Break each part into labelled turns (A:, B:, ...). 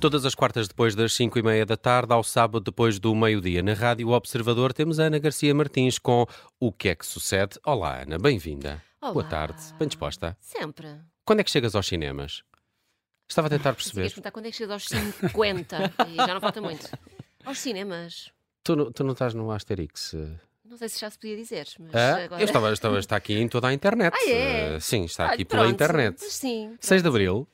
A: Todas as quartas depois das 5 e meia da tarde, ao sábado depois do meio-dia, na Rádio Observador, temos a Ana Garcia Martins com O que é que sucede? Olá, Ana, bem-vinda. Boa
B: Olá.
A: tarde, bem disposta.
B: Sempre.
A: Quando é que chegas aos cinemas? Estava a tentar
B: Se queres
A: perceber.
B: perguntar quando é que chegas aos 50, e já não falta muito. Aos cinemas.
A: Tu, não- tu não estás no Asterix? eh?
B: Não sei se já se podia dizer, mas
A: Ah,
B: agora.
A: Eu estava, estava, está aqui em toda a internet.
B: Ah, é?
A: Eh, Sim, está
B: Olha,
A: aqui pela
B: pronto.
A: internet.
B: Mas sim.
A: 6 de Abril?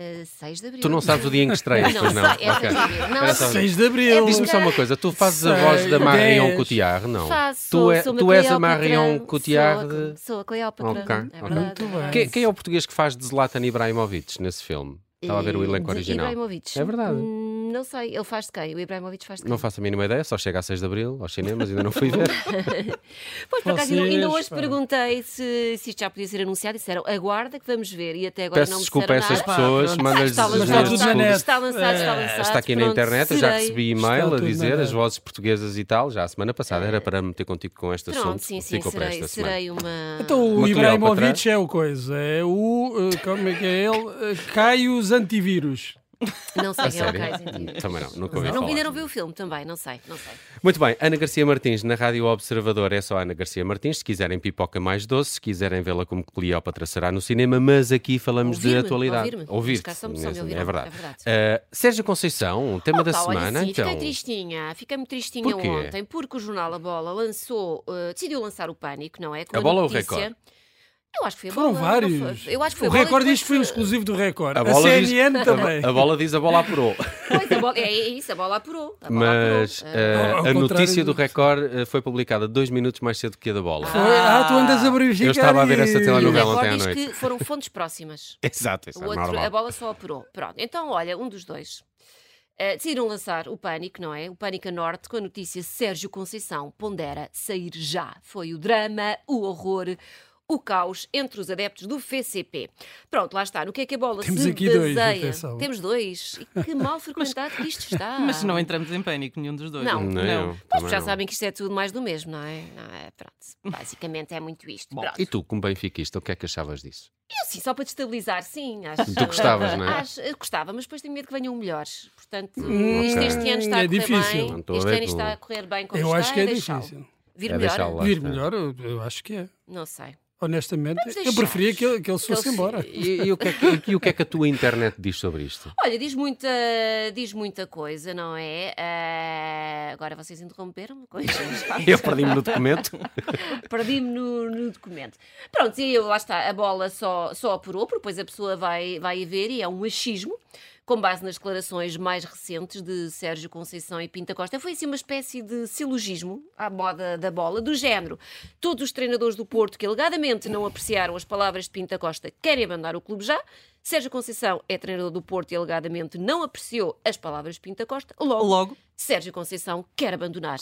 B: Ah, 6 de abril.
A: Tu não sabes o dia em que estreias,
B: Não,
A: pois não?
B: sei, é essa
A: Ok.
B: não sabia. Não,
A: Era só- um
B: sei.
C: 6 de
B: É
C: Abril.
B: verdade.
A: Diz-me só uma coisa, tu fazes a
C: Sei,
A: voz da Marion
C: dez.
A: Cotillard, não?
B: Faço,
A: Tu é-
B: sou uma
A: tu és a
B: Cleópatra,
A: Marion
B: sou a- Sou
A: Cotillard.
B: a, Cleópatra.
A: Ok, ok.
B: É verdade.
C: Muito bem.
A: Quem, quem é o português que faz de Zlatan Ibrahimovic nesse filme? Estava a ver o elenco
B: Eh, De
A: original.
B: Ibrahimovic.
A: É verdade.
B: Hum, não sei, ele faz de quem? O Ibrahimovic faz de quem?
A: Não faço a mínima ideia, só chega a 6 de Abril aos cinemas, ainda não fui ver.
B: Pois, por acaso, ainda- ainda
C: Vocês,
B: hoje
C: pá.
B: perguntei se, se isto já podia ser anunciado e disseram aguarda que vamos ver. E até agora
A: Peço
B: não me
A: desculpa a
B: disseram
A: essas
B: nada.
A: pessoas,
C: pronto.
A: mando-lhes
B: Está
A: as
C: lançado,
A: minhas
B: lançado,
C: tudo na
A: desculpas.
C: net.
B: está lançado, está lançado.
A: Está aqui na
B: pronto,
A: internet, eu já
B: serei.
A: recebi
C: Está
A: e-mail a
C: tudo na
A: dizer
C: net.
A: as vozes portuguesas e tal, já a semana passada era para me meter contigo com este assunto,
B: Pronto, sim, sim,
A: ficou para
B: serei,
A: esta semana.
B: serei uma.
C: Então o
A: Uma
C: Ibrahimovic é o coisa, é o. eh, Como é que é ele? Eh, Caio os antivírus.
B: Não sei
A: A
B: quem é o
A: sério?
B: Kaiser. Não
A: Também não, nunca ouvi
B: sei. Não,
A: falar.
B: ainda não vi o filme também, não sei, não sei.
A: Muito bem, Ana Garcia Martins na Rádio Observador é só Ana Garcia Martins. Se quiserem pipoca mais doce, se quiserem vê-la como Cleópatra será no cinema, mas aqui falamos de
B: Ouvir-me,
A: atualidade.
B: ouvir-me. Mas
A: Ouvir-te.
B: cá só me- só me
A: mesmo,
B: ouviram,
A: é verdade.
B: é verdade.
A: Ah, Sérgio Conceição, um tema da
B: Opa, olha,
A: semana.
B: sim,
A: então,
B: Fiquei tristinha, fiquei muito tristinha
A: Porquê?
B: ontem, porque o jornal A Bola lançou, eh, decidiu lançar o pânico, não é? Com
A: A Bola ou o
B: notícia-
A: Record?
B: Eu acho que foi a
C: Foram
B: bola. não
C: vários.
B: foi? Eu acho que foi
C: o
B: a Bola e
C: Record
B: depois
C: diz que foi um
B: foi-
C: exclusivo do Record.
A: A
C: A,
A: bola diz-
C: CNN também.
A: a bola diz a bola apurou.
B: Pois, a bola- é, é isso, a bola apurou. A bola
A: Mas
B: apurou. Eh,
A: ah,
C: Ao
A: a
C: contrário
A: notícia do
C: do-
A: Record ah, foi publicada dois minutos mais cedo que a da bola.
C: Foi- Ah, tu andas a verificar.
A: Eu estava a ver essa
C: e-
B: e o
A: telenovela. novela
B: Record
A: ontem à
B: diz
A: noite.
B: que foram fontes próximas.
A: Exato, isso
B: O
A: é
B: outro-
A: normal.
B: a bola só apurou. Pronto, então olha, um dos dois. Eh, decidiram lançar o Pânico, não é? O Pânico a Norte, com a notícia Sérgio Conceição pondera sair já. Foi o drama, o horror, o caos entre os adeptos do FCP. Pronto, lá está. No que é que a bola
C: Temos
B: se
C: aqui dois,
B: baseia?
C: atenção.
B: Temos dois. E que mal frequentado que isto está.
D: Mas não entramos em pânico nenhum dos dois.
B: Não.
A: Nem eu,
B: Mas
A: também
B: já
A: não.
B: sabem que isto é tudo mais do mesmo, não é? Não é? Pronto, basicamente é muito isto.
D: Bom,
B: Pronto.
A: E tu, como benfiquista, o que é que achavas disso?
B: Sim, só para destabilizar, sim. Acho,
A: Tu gostavas, não é?
B: Acho- eu gostava, mas depois tenho medo que venham melhores. Portanto,
A: Hum,
B: isto
A: ok.
B: este ano está a
C: É
B: correr
C: difícil.
B: bem.
A: Não estou a
B: Este
A: ver
B: ano
A: com-
B: está a correr bem como
C: Eu
B: está,
C: acho que é
B: deixá-lo.
C: difícil.
B: Vir
A: É deixá-lo
B: melhor?
A: lá.
C: Vir
A: está.
C: melhor, eu, eu acho que é.
B: Não sei.
C: Honestamente,
B: Vamos
C: eu
B: deixar.
C: preferia que ele, que ele se fosse
B: Ele se-
C: embora.
A: E, e o que é que, e o que é que a tua internet diz sobre isto?
B: Olha, diz muita, diz muita coisa, não é? Ah, agora vocês interromperam-me. coisa.
A: Eu perdi-me no documento.
B: Perdi-me no, no documento. Pronto, e eu, lá está, a bola só, só apurou, porque depois a pessoa vai, vai a ver e é um achismo, com base nas declarações mais recentes de Sérgio Conceição e Pinta Costa. Foi assim uma espécie de silogismo à moda da bola, do género. Todos os treinadores do Porto que alegadamente não apreciaram as palavras de Pinta Costa querem abandonar o clube já. Sérgio Conceição é treinador do Porto e alegadamente não apreciou as palavras de Pinta Costa. Logo,
D: Logo,
B: Sérgio Conceição quer abandonar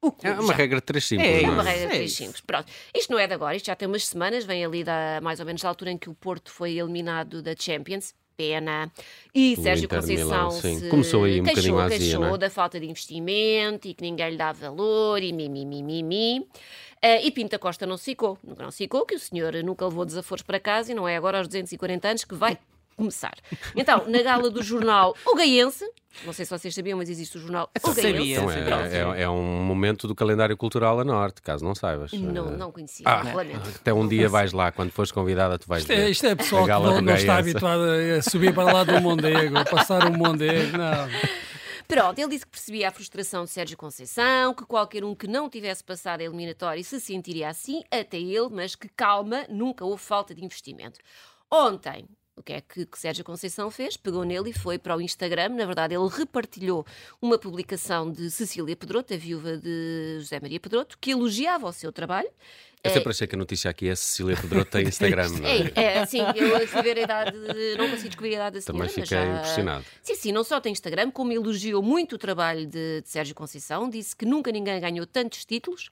B: o clube
A: É uma
B: já.
A: regra de três simples,
D: É,
B: É
A: não
B: uma
A: é?
B: regra de
D: É
B: três
D: isso.
B: simples. Pronto. Isto não é de agora, isto já tem umas semanas, vem ali da, mais ou menos da altura em que o Porto foi eliminado da Champions. Pena. E
A: O
B: Sérgio
A: Inter de
B: Conceição
A: Milão, sim.
B: se
A: Começou aí um
B: queixou,
A: bocadinho a azia,
B: queixou
A: não é?
B: da falta de investimento e que ninguém lhe dá valor e mimimi. Mi, mi, mi, mi. Ah, e Pinta Costa não se ficou. Nunca não se ficou, que o senhor nunca levou desaforos para casa e não é agora aos 240 anos que vai começar. Então, na gala do jornal O Gaiense, não sei se vocês sabiam, mas existe o jornal O Gaiense.
D: sabia.
A: Então é, é- é um momento do calendário cultural a norte, caso não saibas.
B: Não,
A: Eh,
B: não conhecia,
A: Ah.
B: lamento.
A: Até um dia vais lá, quando fores convidada, tu vais
C: Isto é,
A: ver.
C: isto é pessoal
A: A
C: que
A: gala
C: não,
A: do
C: não está
A: Gaia.
C: habituado a subir para lá do Mondego, a passar o Mondego. Não.
B: Pronto, ele disse que percebia a frustração de Sérgio Conceição, que qualquer um que não tivesse passado a eliminatória se sentiria assim, até ele, mas que calma, nunca houve falta de investimento. Ontem, o que é que, que Sérgio Conceição fez? Pegou nele e foi para o Instagram. Na verdade, ele repartilhou uma publicação de Cecília Pedroto, a viúva de José Maria Pedroto, que elogiava o seu trabalho.
A: Eu sempre achei que a notícia aqui é a Cecília Pedroto tem Instagram, não é?
B: É, é assim, eu a saber a idade, não consigo descobrir a idade da senhora,
A: Também
B: mas
A: fiquei
B: já-
A: impressionado.
B: Sim, sim, não só tem Instagram, como elogiou muito o trabalho de, de Sérgio Conceição, disse que nunca ninguém ganhou tantos títulos.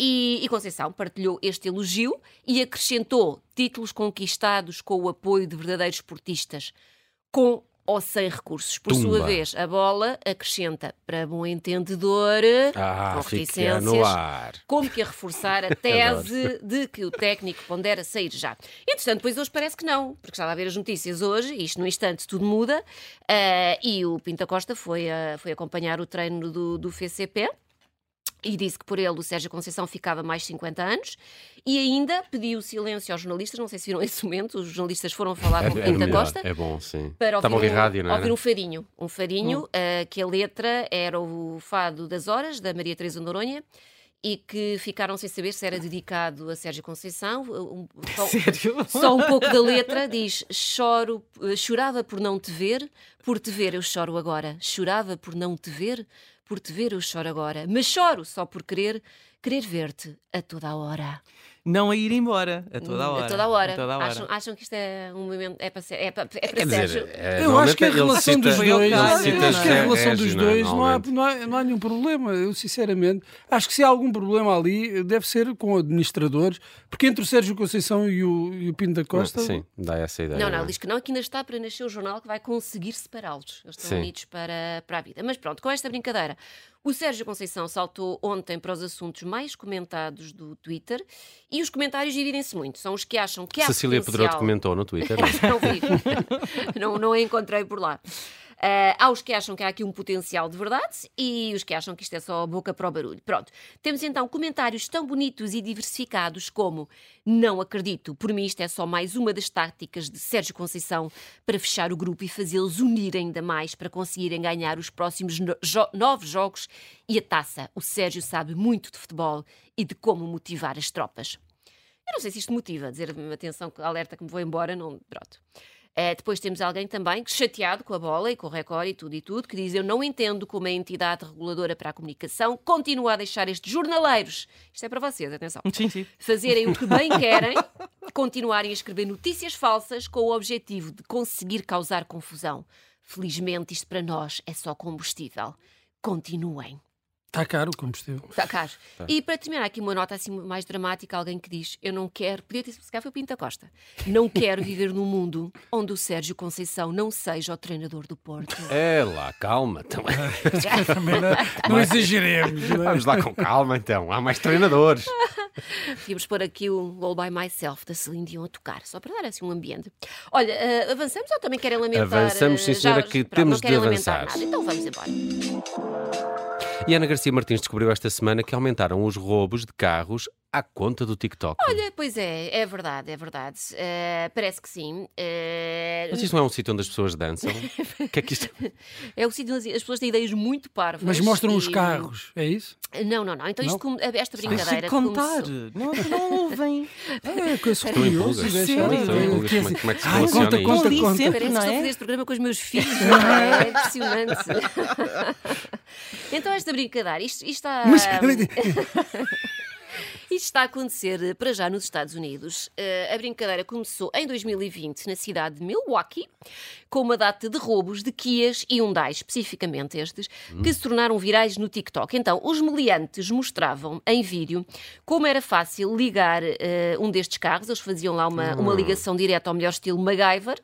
B: E, e Conceição partilhou este elogio e acrescentou títulos conquistados com o apoio de verdadeiros esportistas, com ou sem recursos. Por
A: Tumba.
B: sua vez, a bola acrescenta, para bom entendedor,
A: Ah,
B: com
A: fica
B: reticências,
A: no ar.
B: como que a reforçar a tese de que o técnico pondera sair já. Entretanto, pois hoje parece que não, porque estava a ver as notícias hoje, isto num instante tudo muda, eh, e o Pinta Costa foi, a- foi acompanhar o treino do, do FCP. E disse que por ele o Sérgio Conceição ficava mais 50 anos e ainda pediu silêncio aos jornalistas. Não sei se viram esse momento, os jornalistas foram falar com o
A: Era
B: Pinta
A: melhor.
B: Costa
A: É bom, sim.
B: para
A: Estava a
B: ouvir,
A: ouvir
B: um,
A: rádio, não é?
B: ouvir
A: era? Hum.
B: um fadinho. Um fadinho eh, que a letra era o Fado das Horas, da Maria Teresa Noronha, e que ficaram sem saber se era dedicado a Sérgio Conceição. Um- só,
D: Sério?
B: só um pouco da letra diz: Choro, eh, chorava por não te ver, por te ver eu choro agora. Chorava por não te ver, por te ver eu choro agora. Mas choro só por querer, querer ver-te a toda a hora.
D: Não a ir embora, a toda a hora.
B: Hum, A toda a hora.
D: a toda a hora.
B: Acham, acham que isto é um momento. É para, ser- é para, é para
A: Quer
B: Sérgio.
A: dizer, é,
C: Eu acho
A: normalmente
C: que a
A: ele
C: relação
A: cita-
C: dos
D: Foi ao
C: dois, é eu
D: caso.
C: acho que a
D: Ele
C: relação
A: cita
C: dos
A: José
C: dois
A: é? Regis,
C: não é há,
A: normalmente.
C: não, há, não há nenhum problema. Eu, sinceramente, acho que se há algum problema ali, deve ser com administradores, porque entre o Sérgio Conceição e o, e o Pinto da Costa,
A: Sim, dá essa ideia.
B: Não, não,
A: é?
B: ele diz que não, que ainda está para nascer o jornal que vai conseguir separá-los. Eles estão
A: Sim.
B: unidos para, para a vida. Mas pronto, com esta brincadeira, o Sérgio Conceição saltou ontem para os assuntos mais comentados do Twitter e os comentários dividem-se muito. São os que acham que há
A: Cecília
B: é potencial...
A: Pedroto comentou no Twitter.
B: não vi. não, não a encontrei por lá. Ah, há os que acham que há aqui um potencial de verdade e os que acham que isto é só boca para o barulho. Pronto, temos então comentários tão bonitos e diversificados como Não acredito, por mim isto é só mais uma das táticas de Sérgio Conceição para fechar o grupo e fazê-los unir ainda mais para conseguirem ganhar os próximos no- jo- nove jogos e a taça. O Sérgio sabe muito de futebol e de como motivar as tropas. Eu não sei se isto motiva, dizer atenção, que alerta que me vou embora, não. Pronto. Eh, depois temos alguém também que chateado com a bola e com o recorde e tudo e tudo, que diz: Eu não entendo como a entidade reguladora para a comunicação continua a deixar estes jornaleiros, isto é para vocês, atenção,
D: Sim, sim.
B: fazerem o que bem querem, continuarem a escrever notícias falsas com o objetivo de conseguir causar confusão. Felizmente, isto para nós é só combustível. Continuem.
C: está caro o combustível.
B: Tá, caro. E para terminar, aqui uma nota assim mais dramática, alguém que diz: Eu não quero, podia ter sido se calhar foi o Pinta Costa, não quero viver num mundo onde o Sérgio Conceição não seja o treinador do Porto.
A: É lá, calma. Então.
C: Também não, é- não exageremos. não é?
A: Vamos lá com calma, então. Há mais treinadores.
B: Podíamos pôr aqui o All by Myself da Celine Dion a tocar, só para dar assim um ambiente. Olha, eh, avançamos ou também querem lamentar?
A: Avançamos, sim,
B: eh,
A: senhora,
B: já-
A: que
B: pronto,
A: temos
B: não querem
A: de
B: lamentar
A: avançar.
B: Nada. Então vamos embora.
A: E Ana Garcia Martins descobriu esta semana que aumentaram os roubos de carros à conta do TikTok.
B: Olha, pois é, é verdade, é verdade. Eh, parece que sim. Eh,
A: Mas isto não é um sítio onde as pessoas dançam? O que é que isto...
B: é o sítio onde as pessoas têm ideias muito parvas.
C: Mas mostram os
B: e-
C: carros, é isso?
B: Não, não, não. Então isto
C: Não?
B: come- esta
D: Deixa
B: brincadeira.
D: de
B: que
D: contar.
B: começou-
D: Não, não ouvem.
C: É, que eu sou
A: Estou em
C: curioso.
A: pulgas.
C: deixa
D: Sim,
C: eu ver.
D: estou em
A: pulgas.
C: Que é
A: Como é- como é que se
C: assim? Ah,
A: funciona
C: Conta,
A: isto?
C: conta,
D: Ali
C: conta.
D: sempre,
B: Parece que
D: não
B: estou a
D: é?
B: fazer este programa com os meus filhos. não é? É impressionante. então, esta brincadeira, isto, isto está. hum,
C: Mas, peraí,
B: Isto está a acontecer eh, para já nos Estados Unidos. Eh, a brincadeira começou em 2020 na cidade de Milwaukee, com uma data de roubos de Kias e Hyundai, especificamente estes, que se tornaram virais no TikTok. Então, os meliantes mostravam em vídeo como era fácil ligar eh, um destes carros. Eles faziam lá uma, uma ligação direta ao melhor estilo MacGyver,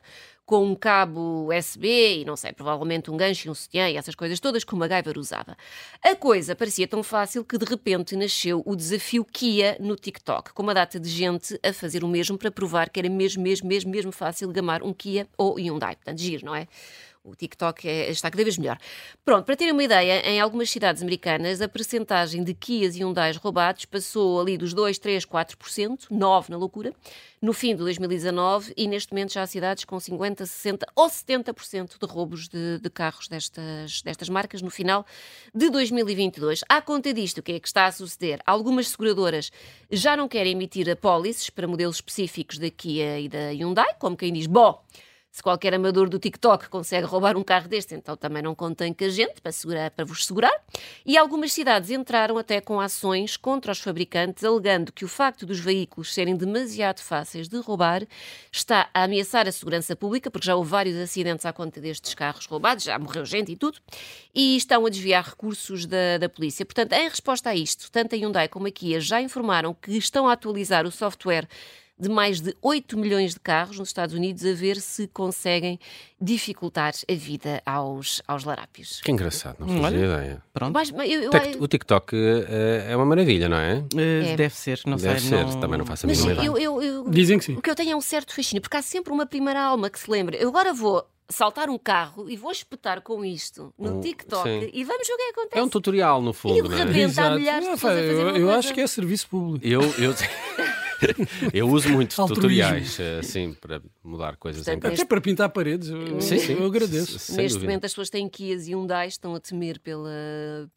B: com um cabo USB e não sei, provavelmente um gancho e um sutiã e essas coisas todas que o MacGyver usava. A coisa parecia tão fácil que de repente nasceu o desafio Kia no TikTok, com uma data de gente a fazer o mesmo para provar que era mesmo, mesmo, mesmo, mesmo fácil gamar um Kia ou Hyundai. Portanto, giro, não é? O TikTok é- está cada vez melhor. Pronto, para terem uma ideia, em algumas cidades americanas a percentagem de Kias e Hyundais roubados passou ali dos 2, 3, 4%, 9% na loucura, no fim de 2019 e neste momento já há cidades com 50%, 60% ou 70% de roubos de, de carros destas, destas marcas no final de 2022. À conta disto, o que é que está a suceder? Algumas seguradoras já não querem emitir apólices para modelos específicos da Kia e da Hyundai, como quem diz, bom, se qualquer amador do TikTok consegue roubar um carro deste, então também não contem com a gente para, segurar- para vos segurar. E algumas cidades entraram até com ações contra os fabricantes, alegando que o facto dos veículos serem demasiado fáceis de roubar está a ameaçar a segurança pública, porque já houve vários acidentes à conta destes carros roubados, já morreu gente e tudo, e estão a desviar recursos da, da polícia. Portanto, em resposta a isto, tanto a Hyundai como a Kia já informaram que estão a atualizar o software de mais de 8 milhões de carros nos Estados Unidos a ver se conseguem dificultar a vida aos, aos larápios.
A: Que engraçado, não fazia
D: Olha.
A: ideia.
D: Pronto.
B: Mas, mas eu- eu-
A: Tac- O TikTok eh, é uma maravilha, não é?
D: Eh, Deve ser, não
A: Deve
D: sei.
A: ser,
D: não-
A: também não faço a
B: mas
A: mínima
B: eu,
A: ideia.
B: eu, eu-
C: Dizem que sim.
B: o que eu tenho é um certo fascínio, porque há sempre uma primeira alma que se lembra. Eu agora vou saltar um carro e vou espetar com isto no
A: Um-
B: TikTok
A: sim.
B: e vamos ver o que é que acontece.
A: É um tutorial, no
B: e
A: fundo,
B: de
A: não é?
B: repente há milhares de
C: Não,
B: pessoas a
C: pá,
B: fazer
C: eu,
B: uma
C: eu
B: coisa.
C: acho que é serviço público.
A: Eu, eu, eu uso muitos
C: Altruísmo.
A: tutoriais, eh, assim, para mudar coisas em
B: Portanto, é
A: casa.
C: Até para pintar paredes, eu,
A: Sim, sim.
C: eu agradeço.
A: Sem
B: Neste
A: dúvida.
B: momento as pessoas têm quias e undais, estão a temer pela-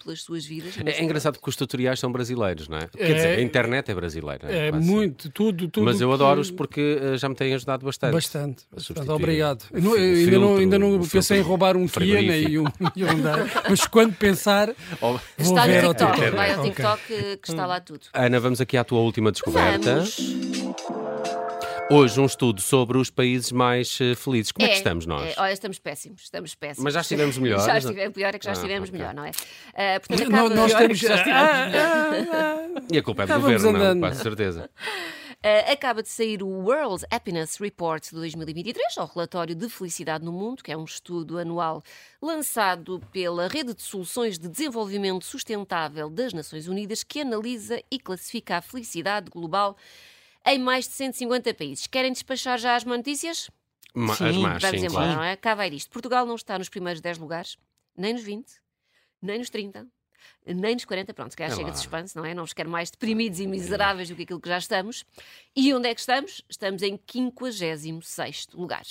B: pelas suas vidas. mas-
A: É, é engraçado porque os tutoriais são brasileiros, não é? Quer
C: É.
A: dizer, a internet é brasileira.
C: É
A: quase.
C: muito, tudo, tudo.
A: Mas eu
C: que-
A: adoro-os porque eh, já me têm ajudado bastante.
C: Bastante,
A: substituir
C: bastante. obrigado.
A: o
C: Eu não- eu ainda,
A: filtro,
C: não, ainda
A: o
C: não
A: filtro
C: pensei em roubar um Kia nem
A: frigorífico.
C: um, e um Hyundai. mas quando pensar,
A: Oh,
C: vou
B: Está
C: ver
B: no
C: ao
B: TikTok,
C: TikTok.
B: vai ao
C: Ok.
B: TikTok eh, que
A: Hum.
B: está lá tudo.
A: Ana, vamos aqui à tua última descoberta.
B: Vamos.
A: Hoje um estudo sobre os países mais eh, felizes. Como é, que estamos nós?
B: é, olha, estamos péssimos, estamos péssimos.
A: Mas já estivemos melhores,
B: Já
A: não?
B: estive, pior é que já
A: Ah,
B: estivemos
A: ok.
B: melhor, não é? Ah, portanto,
C: nó-
B: acaba-
C: nós
B: Pior é que
C: temos.
B: já estivemos melhor.
A: E a culpa é do
C: Ah, vamos
A: governo, não,
C: andando.
A: quase certeza.
B: Uh, acaba de sair o World Happiness Report de 2023, ou relatório de felicidade no mundo, que é um estudo anual lançado pela Rede de Soluções de Desenvolvimento Sustentável das Nações Unidas, que analisa e classifica a felicidade global em mais de 150 países. Querem despachar já as más notícias?
A: Ma-
D: Sim,
A: as más,
B: Vamos
A: sim,
B: embora,
A: claro.
B: não é? Cá vai isto. Portugal não está nos primeiros 10 lugares, nem nos 20, nem nos 30, nem nos 40. Pronto, se calhar
A: É
B: chega
A: lá.
B: de suspense, não é? Não vos quero mais deprimidos e miseráveis do que aquilo que já estamos. E onde é que estamos? Estamos em 56 lugar.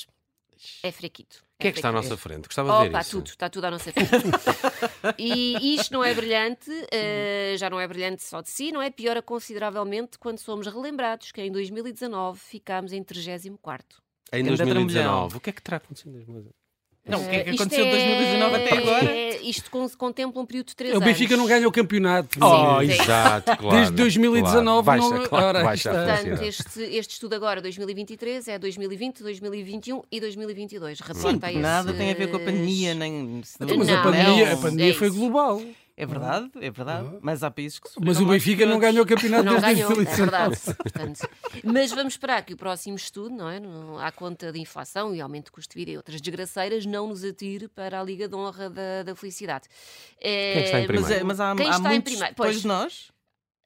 B: É fraquito.
A: O que é que está à nossa frente? Gostava de ver
B: Opa,
A: isso.
B: tudo, está tudo à nossa frente. e isto não é brilhante, eh, já não é brilhante só de si, não é? Piora consideravelmente quando somos relembrados que em 2019 ficámos em 34.
A: Em
D: Ganda
A: 2019.
D: trambolhão.
A: O que é que terá acontecido em 2019?
D: Não, o que é que
B: Eh, Isto
D: aconteceu de 2019 até
B: é-
D: agora? É
B: Isto con- contempla um período de 3
C: o
B: anos.
C: Benfica não ganha o campeonato.
A: Oh,
B: sim.
A: exato, claro.
C: Desde 2019
A: claro.
C: não-
A: Baixa, claro,
C: Ora,
A: baixa a
C: está.
B: Portanto,
A: felicidade.
B: este, este estudo agora, 2023, é 2020, 2021 e 2022. Reporta eh,
D: Sim, nada tem a ver com a pandemia, nem.
C: Então, mas
B: Não,
C: a pandemia,
B: não,
C: a pandemia
B: é
C: foi
B: isso.
C: global.
D: É verdade, é verdade.
A: Uhum.
D: Mas há países que
C: Mas
D: sofreram
C: o
D: mais
C: Benfica
D: que
C: não
D: outros.
C: ganhou o campeonato
B: Não
C: desde
B: ganhou, é
C: 2019.
B: verdade. Portanto, mas vamos esperar que o próximo estudo, não é? No- À conta de inflação e aumento de custo de vida e outras desgraceiras, não nos atire para a Liga de Honra da, da Felicidade. Eh,
A: Quem é que está em primeiro?
D: Mas, é- mas há,
B: Quem
D: há
B: está em
D: muitos
B: primeiro?
D: depois
B: Pois.
D: de nós.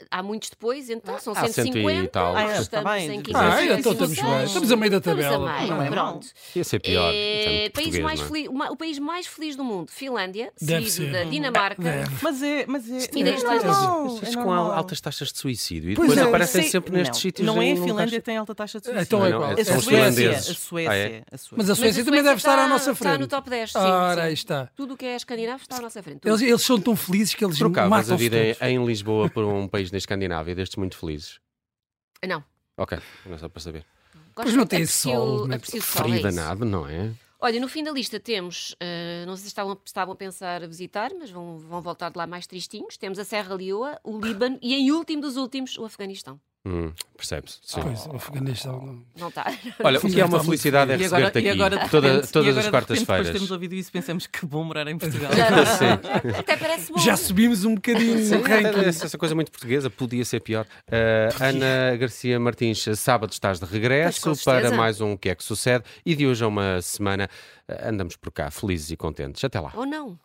B: Há muitos depois, então, são
A: Ah, Há cento e
B: 150.
A: tal.
B: nós
D: Ah, é, está
B: estamos
D: bem.
B: em
D: Ah,
B: 56,
C: tá então estamos bem.
B: 56.
C: Estamos a meio da
B: Estamos a
C: tabela.
B: meio,
D: Não é mau.
B: pronto.
A: Ia ser pior.
B: Eh,
A: portanto,
B: país
A: português,
B: mais
A: não é?
B: feliz, uma- o país mais feliz do mundo, Finlândia,
C: Deve
B: seguido
C: ser. é?
B: da Dinamarca.
D: Mas é. Mas é.
B: E desde lá-
A: As pessoas com al- altas taxas de suicídio e
C: Pois
A: depois
C: é,
A: aparecem
D: Sei-
A: sempre nestes
D: não,
A: sítios.
D: Não é
A: em
D: a
A: locais-
D: Finlândia que tem alta taxa de suicídio.
C: Então é
A: Não,
C: qual?
A: é-
D: A
A: são os
D: Suécia,
A: finlandeses.
D: a Suécia,
A: Ah, é?
D: a Suécia.
C: Mas a
B: Mas a
C: Suécia também deve estar
B: está-
C: à nossa
B: Está no
C: frente.
B: top 10, sim.
C: Ora,
B: sim.
C: aí está.
B: Tudo o que é escandinavo está à nossa frente. tudo.
C: Eles, eles são tão felizes que eles
A: Trocavas
C: matam
A: a vida em, em Lisboa por um país na Escandinávia, destes muito felizes.
B: Não,
A: Ok, não é só para saber.
B: gosto-
C: não tem
B: aprecio-
C: sol, né? mas
B: aprecio o sol,
A: Frio
B: é isso.
A: danado, não é?
B: Olha, no fim da lista temos, eh, não sei se estavam, estavam a pensar a visitar, mas vão, vão voltar de lá mais tristinhos. Temos a Serra Leoa, o Líbano e, em último dos últimos, o Afeganistão.
A: Hum, Percebe-se. Sim.
C: Pois, o Afeganistão. não.
B: Não está.
A: Olha, o que é
C: Está
A: uma
C: muito
A: felicidade é
D: E agora,
A: receber-te aqui
D: e agora, de repente,
A: toda-
D: e
A: todas
D: agora,
A: as
D: de repente, Depois
A: quartas-feiras.
D: temos ouvido isso e pensamos que bom morar em Portugal.
A: Sim.
B: Até parece bom.
C: Já subimos um bocadinho.
A: Sim,
C: no ranking.
A: até essa, essa coisa muito portuguesa podia ser pior. Eh, Ana Garcia Martins, sábado estás de regresso
B: Pois, com certeza.
A: para mais um O que é que sucede e de hoje a uma semana eh, andamos por cá felizes e contentes. Até lá.
B: Ou não.